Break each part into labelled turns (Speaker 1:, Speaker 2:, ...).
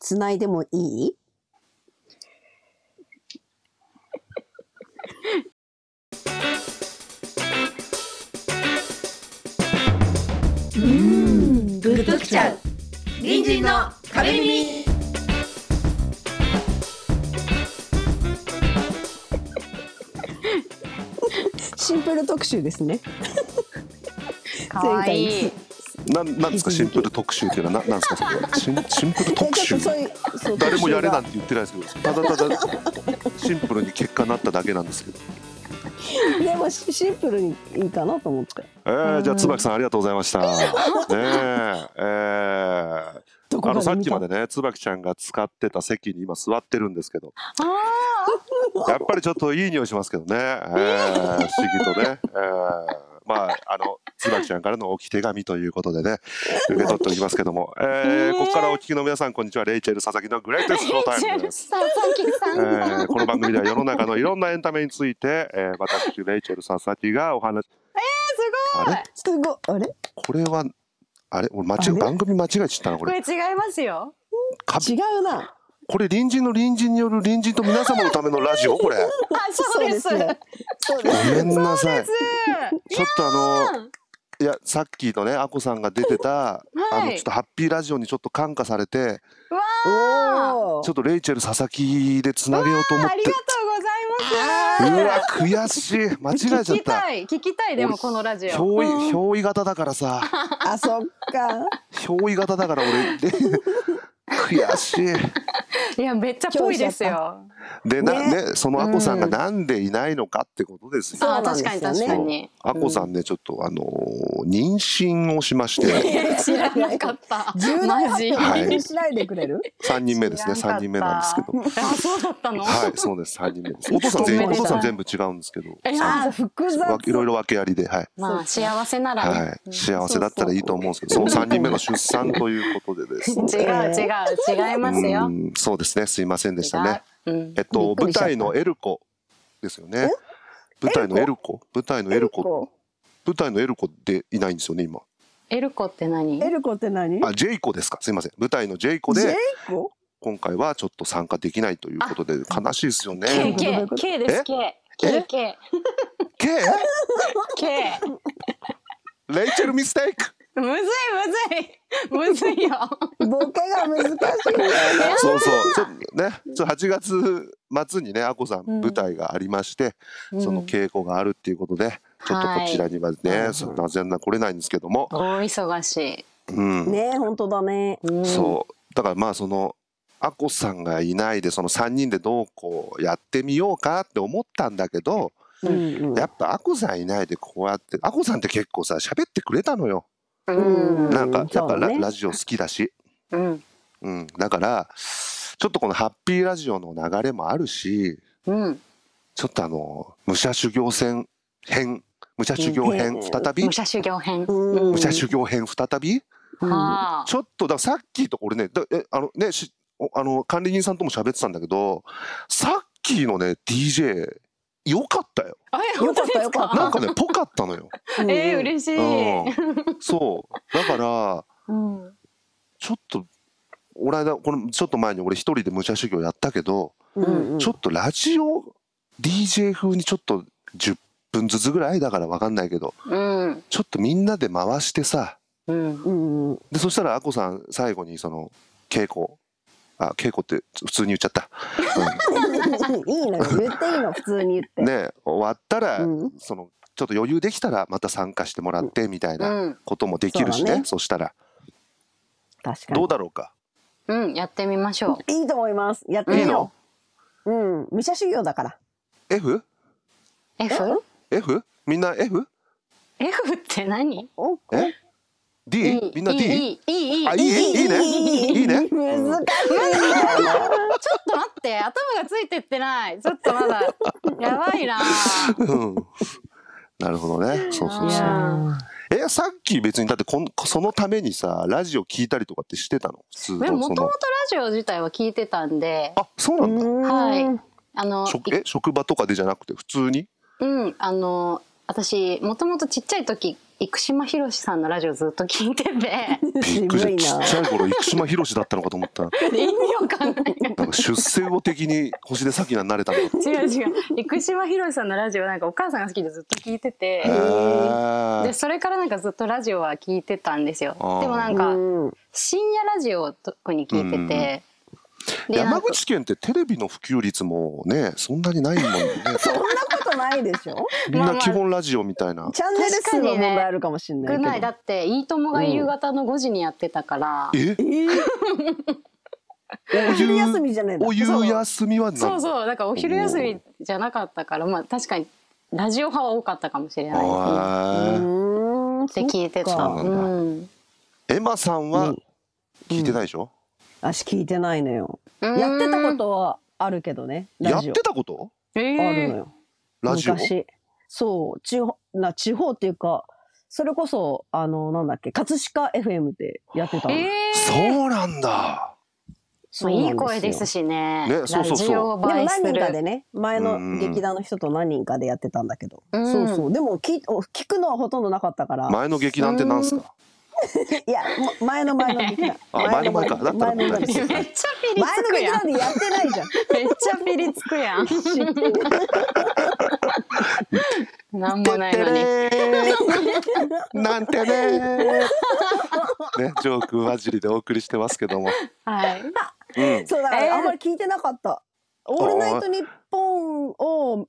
Speaker 1: つないでもいい
Speaker 2: グッときちゃう隣人の壁耳
Speaker 1: シンプル特集ですね。
Speaker 3: かわいい
Speaker 1: 前回
Speaker 4: なんなんですかシンプル特集っていうのはななんです かそれシンシンプル特
Speaker 1: ち
Speaker 4: 集
Speaker 1: ょっとそういうそう
Speaker 4: 誰もやれなん
Speaker 1: 特
Speaker 4: て言ってないですけどただただシンプルに結果になっただけなんですけど、
Speaker 1: 集がでもシシンプルにいいかなと思って。
Speaker 4: えー、じゃあ椿さんありがとうございましたねええー
Speaker 1: どこ
Speaker 4: あ
Speaker 1: か
Speaker 4: のさっ
Speaker 1: 見
Speaker 4: き
Speaker 1: た
Speaker 4: までね椿ちゃんが使ってた席に今座ってるんですけどやっぱりちょっといい匂いしますけどね、えー、不思議とね、えー、まああの椿ちゃんからの置き手紙ということでね受け取っておきますけども、えー、ここからお聞きの皆さんこんにちはレイチェル佐々木のグレイテストタイムでございます
Speaker 3: さきさ
Speaker 4: えーこの番組では世の中のいろんなエンタメについて、えー私レイチェル佐々木がお話えー、すごいあれ
Speaker 1: すごいあれ
Speaker 4: これはあれ俺間違え
Speaker 1: あれ
Speaker 4: 番組間違えちゃったなこ
Speaker 3: これ
Speaker 4: れ
Speaker 3: 違いますよ
Speaker 4: か
Speaker 1: 違うな。
Speaker 4: これ隣人の隣人による隣人と皆様のためのラジオこれ
Speaker 3: あそうです
Speaker 1: そうですね。そうで
Speaker 4: ご
Speaker 1: す。
Speaker 4: めんなさい
Speaker 3: うん
Speaker 4: ちょっとあのいやさっきのねあこさんが出てた、あのちょっとハッピーラジオにちょっと感化されて
Speaker 1: おお
Speaker 4: ちょ。っとレイチェル佐々木でつなげようと思っ
Speaker 3: ありが
Speaker 4: て
Speaker 3: とう
Speaker 4: う
Speaker 3: ござい
Speaker 4: わ
Speaker 3: ま
Speaker 4: 悔しい間違
Speaker 3: す
Speaker 4: えちゃ
Speaker 3: 聞
Speaker 4: っ
Speaker 3: き
Speaker 4: た
Speaker 3: たい聞きたいでもこのラジオ
Speaker 4: 憑依憑依型だか らさ
Speaker 1: あそっか。
Speaker 4: 憑依型だから俺で悔しい
Speaker 3: いやめっちゃぽいですよ
Speaker 4: でな
Speaker 1: ね
Speaker 4: ねそのあこさんがなんでいないのかってことです
Speaker 1: そう
Speaker 4: よ、
Speaker 3: あ
Speaker 1: なんです
Speaker 3: 確
Speaker 1: よ
Speaker 3: か
Speaker 1: ね
Speaker 3: に確かに
Speaker 4: あこさんねちょっとあのー妊娠をしまして
Speaker 3: 知らなかった
Speaker 1: 重大
Speaker 3: マ
Speaker 1: 発
Speaker 3: ジ
Speaker 1: 表
Speaker 4: はい
Speaker 1: 発表しないでくれる？
Speaker 4: 3人目ですね
Speaker 3: 知らなかった
Speaker 4: 3人目なんですけど
Speaker 3: あそうだったの
Speaker 4: はいそうです3人目ですお父さん全員
Speaker 3: お
Speaker 4: お
Speaker 3: めでとう
Speaker 4: 父さん全部違うんですけど
Speaker 3: え
Speaker 4: 三
Speaker 3: あ
Speaker 1: あ複雑。
Speaker 4: 人わいろいろ分けありではい、
Speaker 3: まあ幸せならね
Speaker 4: はい、幸せだったらいいと思うんですけどその3人目の出産ということで です
Speaker 3: 違う
Speaker 4: ね
Speaker 3: 違う違います
Speaker 4: う
Speaker 3: よ
Speaker 4: んそうですねすいませんでしたね
Speaker 3: 違ううん
Speaker 4: えっ
Speaker 1: びっ
Speaker 4: と、
Speaker 1: く
Speaker 4: 舞
Speaker 1: りしちゃった
Speaker 4: 台のエルコですよね。舞台のエルコ、舞台のエルコ、舞台のエルコでいないんですよね、今。
Speaker 3: エルコって何
Speaker 1: エルコって何？
Speaker 4: あ、ジェイコですか、すいません、舞台のジェイコ
Speaker 1: ジェイ
Speaker 4: で、
Speaker 1: コ？
Speaker 4: 今回はちょっと参加できないということで、悲しいですよね。
Speaker 1: どういうこ
Speaker 3: K
Speaker 1: とどういうこ
Speaker 3: K
Speaker 1: と
Speaker 3: K です
Speaker 4: え
Speaker 3: K
Speaker 4: え
Speaker 3: K K
Speaker 4: け、
Speaker 3: K
Speaker 4: レイチェルミステイク。
Speaker 3: むずいむずいむずいよ
Speaker 1: ボケが難しいんだよね。
Speaker 4: そうそう、ちょね、ちょ8月末にね、あこさん
Speaker 3: うん
Speaker 4: 舞台がありまして、
Speaker 3: うん
Speaker 4: その稽古があるっていうことで。ちょっとこちらにはね、そんな全然来れないんですけども、
Speaker 3: 大忙し
Speaker 4: うん、
Speaker 1: ねえ本当だね。
Speaker 3: い
Speaker 4: そうだからまあそのあこさんがいないでその3人でどうこうやってみようかって思ったんだけど、
Speaker 1: うんうん。
Speaker 4: やっぱあこさんいないでこうやってあこさんって結構さ喋ってくれたのよ、
Speaker 3: う
Speaker 1: うん
Speaker 4: なんかやっぱ
Speaker 1: そうだ
Speaker 4: ラ,、
Speaker 1: ね
Speaker 4: ラジオ好きだし、
Speaker 3: うん
Speaker 4: うん、だからちょっとこの「ハッピーラジオ」の流れもあるし
Speaker 3: うん
Speaker 4: ちょっとあの武者修行戦編武者修行
Speaker 1: う
Speaker 4: 編
Speaker 1: ん
Speaker 4: 再び
Speaker 3: 武者修行編
Speaker 1: うん
Speaker 4: 武者修行編再び
Speaker 1: うん
Speaker 3: はあ
Speaker 4: ちょっとだからさっきと俺ねだえあのねしおあの管理人さんとも喋ってたんだけどさっきのね DJ よかったよ
Speaker 3: あえ本当です
Speaker 1: よかったよかっ
Speaker 3: か
Speaker 1: た
Speaker 4: なんかねぽかった のよ、
Speaker 3: えー嬉しい
Speaker 4: うん、そうだから
Speaker 3: うん
Speaker 4: ちょっと俺間このちょっと前に俺一人で武者修行やったけど、
Speaker 1: うんうん
Speaker 4: ちょっとラジオ DJ 風にちょっと10分ずつぐらいだから分かんないけど
Speaker 3: うん
Speaker 4: ちょっとみんなで回してさ
Speaker 3: うん
Speaker 1: うんうん。
Speaker 4: でそしたらあこさん最後にその稽古あ稽古って普通に言っちゃった、
Speaker 1: いいのよ言っていいの普通に言って。
Speaker 4: うんね終わったら、
Speaker 1: うん
Speaker 4: そのちょっと余裕できたらまた参加してもらってみたいうなんこともできるしね,、
Speaker 1: そうだね
Speaker 4: そしたら
Speaker 1: 確か
Speaker 4: ど
Speaker 1: に
Speaker 4: う。だろうか、
Speaker 3: うんやってみましょう
Speaker 1: いいと思います。やってみ
Speaker 4: いい
Speaker 1: よう。
Speaker 4: の
Speaker 1: うん。武者修行だから。
Speaker 4: F?F?
Speaker 3: F
Speaker 4: F? みんな F?
Speaker 3: F って何
Speaker 1: おい
Speaker 4: え D?
Speaker 3: いい
Speaker 4: みんない D?
Speaker 3: いいいいい
Speaker 4: あいいいいねいいね
Speaker 1: 難
Speaker 3: ちょっと待って頭がついてってないちょっとま だやばいな
Speaker 4: うんなるほどねそうそう
Speaker 3: い
Speaker 4: そう
Speaker 3: や
Speaker 4: えさっき別にだってこんそのためにさラジオ聞いたりとかってしてたの普通の
Speaker 3: でもも
Speaker 4: そ
Speaker 3: とも
Speaker 4: の
Speaker 3: とラジオ自体は聞いてたんで
Speaker 4: あそうなんだ、
Speaker 3: はい
Speaker 1: い。
Speaker 3: あの
Speaker 4: 職え職場とかでじゃなくて普通に
Speaker 3: うんあの私もともとちっちゃい時生島ひろしさんのラジオずっと聞いてて
Speaker 4: びっくり
Speaker 1: 渋い
Speaker 4: し
Speaker 1: な
Speaker 4: た。ちっちゃい頃生島ひろしだったのかと思ったら
Speaker 3: 意味わかんない
Speaker 4: なんか出世魚的に星出咲菜になれたのかと
Speaker 3: 違う違う生島ひろしさんのラジオなんかお母さんが好きでずっと聞いてて
Speaker 4: へ
Speaker 3: で
Speaker 4: ー
Speaker 3: それからなんかずっとラジオは聞いてたんですよ
Speaker 4: あー
Speaker 3: でもなん
Speaker 1: う
Speaker 3: か
Speaker 1: ん
Speaker 3: 深夜ラジオを特に聞いてて、でな
Speaker 4: 山
Speaker 3: んか
Speaker 4: 口県ってテレビの普及率もねそんなにないもんね
Speaker 1: そんなことないでしょ
Speaker 4: みんな基本ラジオみたいな
Speaker 1: チャンネル数の問題あるかもしれない
Speaker 3: 少
Speaker 1: け
Speaker 3: ないだ
Speaker 1: ど。
Speaker 3: って「いいとも」が夕方の5時にやってたから、
Speaker 4: え
Speaker 1: えーお昼休みじゃないの
Speaker 4: お夕休みは
Speaker 3: そう
Speaker 4: 何
Speaker 3: そうだからお昼休みじゃなかったからまあ確かにラジオ派は多かったかもしれないですね
Speaker 4: あー
Speaker 1: うーん
Speaker 3: って聞いて
Speaker 1: そ
Speaker 3: た
Speaker 1: っ
Speaker 4: か
Speaker 3: うん
Speaker 4: エマさん
Speaker 1: う
Speaker 4: は
Speaker 1: ん
Speaker 4: 聞いてないでしょ
Speaker 1: 足聞いてないのよ。
Speaker 3: うん
Speaker 1: やってたことはあるけどね。
Speaker 4: や
Speaker 1: ラ
Speaker 4: っ
Speaker 1: ジ
Speaker 4: て
Speaker 1: オ
Speaker 4: たこと
Speaker 3: え
Speaker 1: あるの
Speaker 3: ー
Speaker 1: よ。
Speaker 4: ラジオ
Speaker 1: 昔。そう、地方、な、地方っていうか、それこそ、あの、なんだっけ、葛飾 FM でやってたの。
Speaker 3: えー
Speaker 4: そうなんだ
Speaker 1: そ
Speaker 3: まあ
Speaker 1: うなん
Speaker 3: いい声ですしね
Speaker 4: ねそうそ
Speaker 3: ラ
Speaker 4: うそう
Speaker 3: ジオ
Speaker 1: でも
Speaker 3: 映え
Speaker 1: 何
Speaker 3: する
Speaker 1: 人かでね前の劇団の人と何人かでやってたんだけど、
Speaker 3: うん
Speaker 1: そうそうでもきお聞くのはほとんどなかったから、
Speaker 4: 前の劇団ってなんすか
Speaker 1: いやも前の前の劇団
Speaker 4: あ前の前かだったら
Speaker 1: 前の
Speaker 4: 問題
Speaker 1: 前
Speaker 4: です
Speaker 1: の
Speaker 3: めっちゃピリ
Speaker 1: 前
Speaker 3: つ
Speaker 1: の
Speaker 3: く
Speaker 1: 劇団
Speaker 3: やん
Speaker 1: でやってないじゃん
Speaker 3: めっちゃピリつくやん。 なんもないのに。
Speaker 4: に。なんてね。ね、ジョーク混じりでお送りしてますけども。
Speaker 3: はい。
Speaker 4: うん。
Speaker 1: そうだか
Speaker 3: えー
Speaker 1: らあんまり聞いてなかった「オールナイトニッポン」を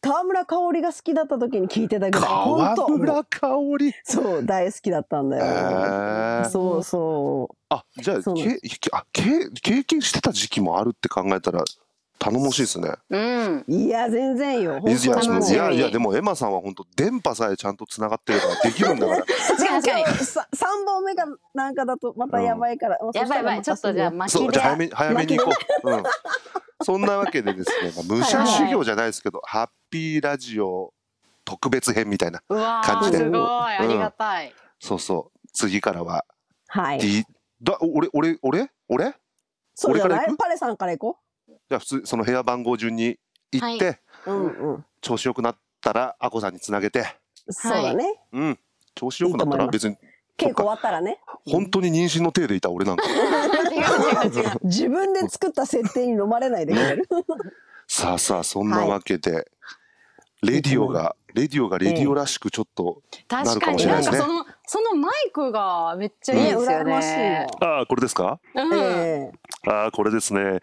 Speaker 1: 川村香織が好きだった時に聞いてたけど
Speaker 4: 川
Speaker 1: 本
Speaker 4: 村香織。
Speaker 1: 当そう大好きだったんだ
Speaker 4: え
Speaker 1: よ、
Speaker 4: ー
Speaker 1: そうそう
Speaker 4: あ、じゃあ、
Speaker 1: そうなん
Speaker 4: け、あ、け、経験してた時期もあるって考えたら。頼もしいですね。
Speaker 3: うん。
Speaker 1: いや全然よ
Speaker 4: い
Speaker 1: 本当
Speaker 4: や、
Speaker 1: にもう
Speaker 3: 楽し
Speaker 4: い
Speaker 3: み
Speaker 4: や、いや、でも、エマさんは本当電波さえちゃんと繋がってればできるん だから。
Speaker 3: 確かに確かに。
Speaker 1: さ三本目かなんかだとまたやばいから、もうそ
Speaker 3: や
Speaker 1: し
Speaker 3: ばい
Speaker 1: たら
Speaker 3: やば
Speaker 1: ま
Speaker 3: い。ち
Speaker 1: た
Speaker 3: ょっとじゃあ巻
Speaker 4: そう、
Speaker 3: き
Speaker 4: じ
Speaker 3: で
Speaker 4: ゃあ、。早めに、早めに行こう。うん。そんなわけでです ね、まあ、武者修行じゃないですけど、ハッピーラジオ。特別編みたいな。
Speaker 3: うわ
Speaker 4: 感
Speaker 3: ー
Speaker 4: じです
Speaker 3: ごい。ありがたい。
Speaker 4: そうそう。次からは
Speaker 1: はい
Speaker 4: D だお俺俺俺俺じ
Speaker 1: そうじゃ
Speaker 4: 俺から
Speaker 1: な
Speaker 4: 行
Speaker 1: い
Speaker 4: く
Speaker 1: パレさんから行こ
Speaker 4: ゃあ普通その部屋番号順に行って、
Speaker 1: ううんうん
Speaker 4: 調子よくなったらあこさんにつなげて
Speaker 1: そうだね
Speaker 4: うん調子よくなった
Speaker 1: い
Speaker 4: ら
Speaker 1: いと思います
Speaker 4: 別に
Speaker 1: 稽古終わったらね
Speaker 4: 本当に妊娠の体でいた俺なんか
Speaker 3: 違う違う違う。
Speaker 1: 自分で作った設定に飲まれないでくれる
Speaker 4: さあさあそんなわけで、レディオがレディオがレディオらしくちょっと、な
Speaker 3: 確
Speaker 4: るか
Speaker 3: か
Speaker 4: もし
Speaker 3: に
Speaker 4: れな
Speaker 3: ないん
Speaker 4: です
Speaker 3: かそ
Speaker 4: ね
Speaker 3: のそのマイクがめっちゃいい
Speaker 1: ね
Speaker 3: ですよ
Speaker 1: 羨ましい
Speaker 3: ね。
Speaker 4: ああこれですか
Speaker 3: うん。
Speaker 1: え
Speaker 4: ああこれですね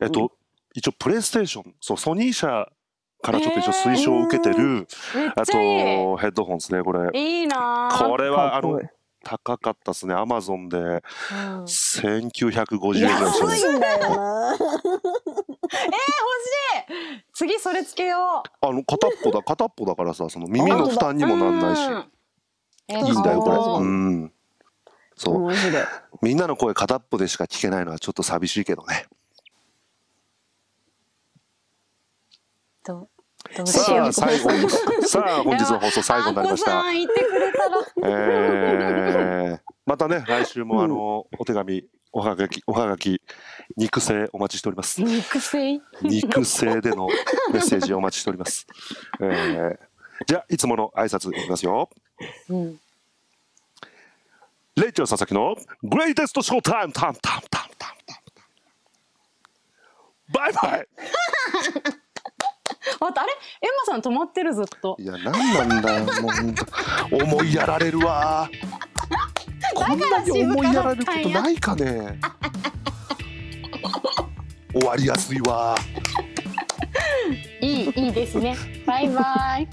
Speaker 4: えっと、一応プレイステーションそうソニー社からちょっと一応推奨を受けてる、
Speaker 3: めっ
Speaker 4: あ
Speaker 3: ちゃい
Speaker 4: とヘッドホンですねこれ
Speaker 3: い。いいなー。
Speaker 4: これ
Speaker 1: え
Speaker 4: は
Speaker 1: か
Speaker 4: あ
Speaker 1: っこ
Speaker 4: の
Speaker 1: いい
Speaker 4: 高かったですねアマゾンで
Speaker 3: うん
Speaker 4: 1950円ぐらいしま
Speaker 1: 安
Speaker 4: す
Speaker 1: いんだよな
Speaker 3: 次それつけよう。
Speaker 4: あの片っぽだ片っぽだからさその耳の負担にもなんないし
Speaker 3: うんえ
Speaker 4: いいんだよこれ
Speaker 3: そう
Speaker 4: うんそう
Speaker 1: 面白い
Speaker 4: みんなの声片っぽでしか聞けないのはちょっと寂しいけどね
Speaker 3: どどうしよ
Speaker 4: さ
Speaker 3: う
Speaker 4: あ。最後さあ本日の放送最後になりまし
Speaker 3: あんこ
Speaker 4: た
Speaker 3: さん言ってくれたら。
Speaker 4: えーまたね来週もあのお手紙おはがきおはがき肉声お待ちしております
Speaker 3: 肉声。
Speaker 4: 肉声でのメッセージをお待ちしております、えーじゃあいつもの挨拶いきますよ
Speaker 3: うん。
Speaker 4: レイチェル佐々木のグレイテストショータイムタンタンタンタンタンバイバイ
Speaker 3: あとあれエマさん止まってるずっと。
Speaker 4: いや何なんだよもう本当思いやられるわこんなに思いやられることないか ね終わりやすいわ
Speaker 3: いいいいですね。バイバイ。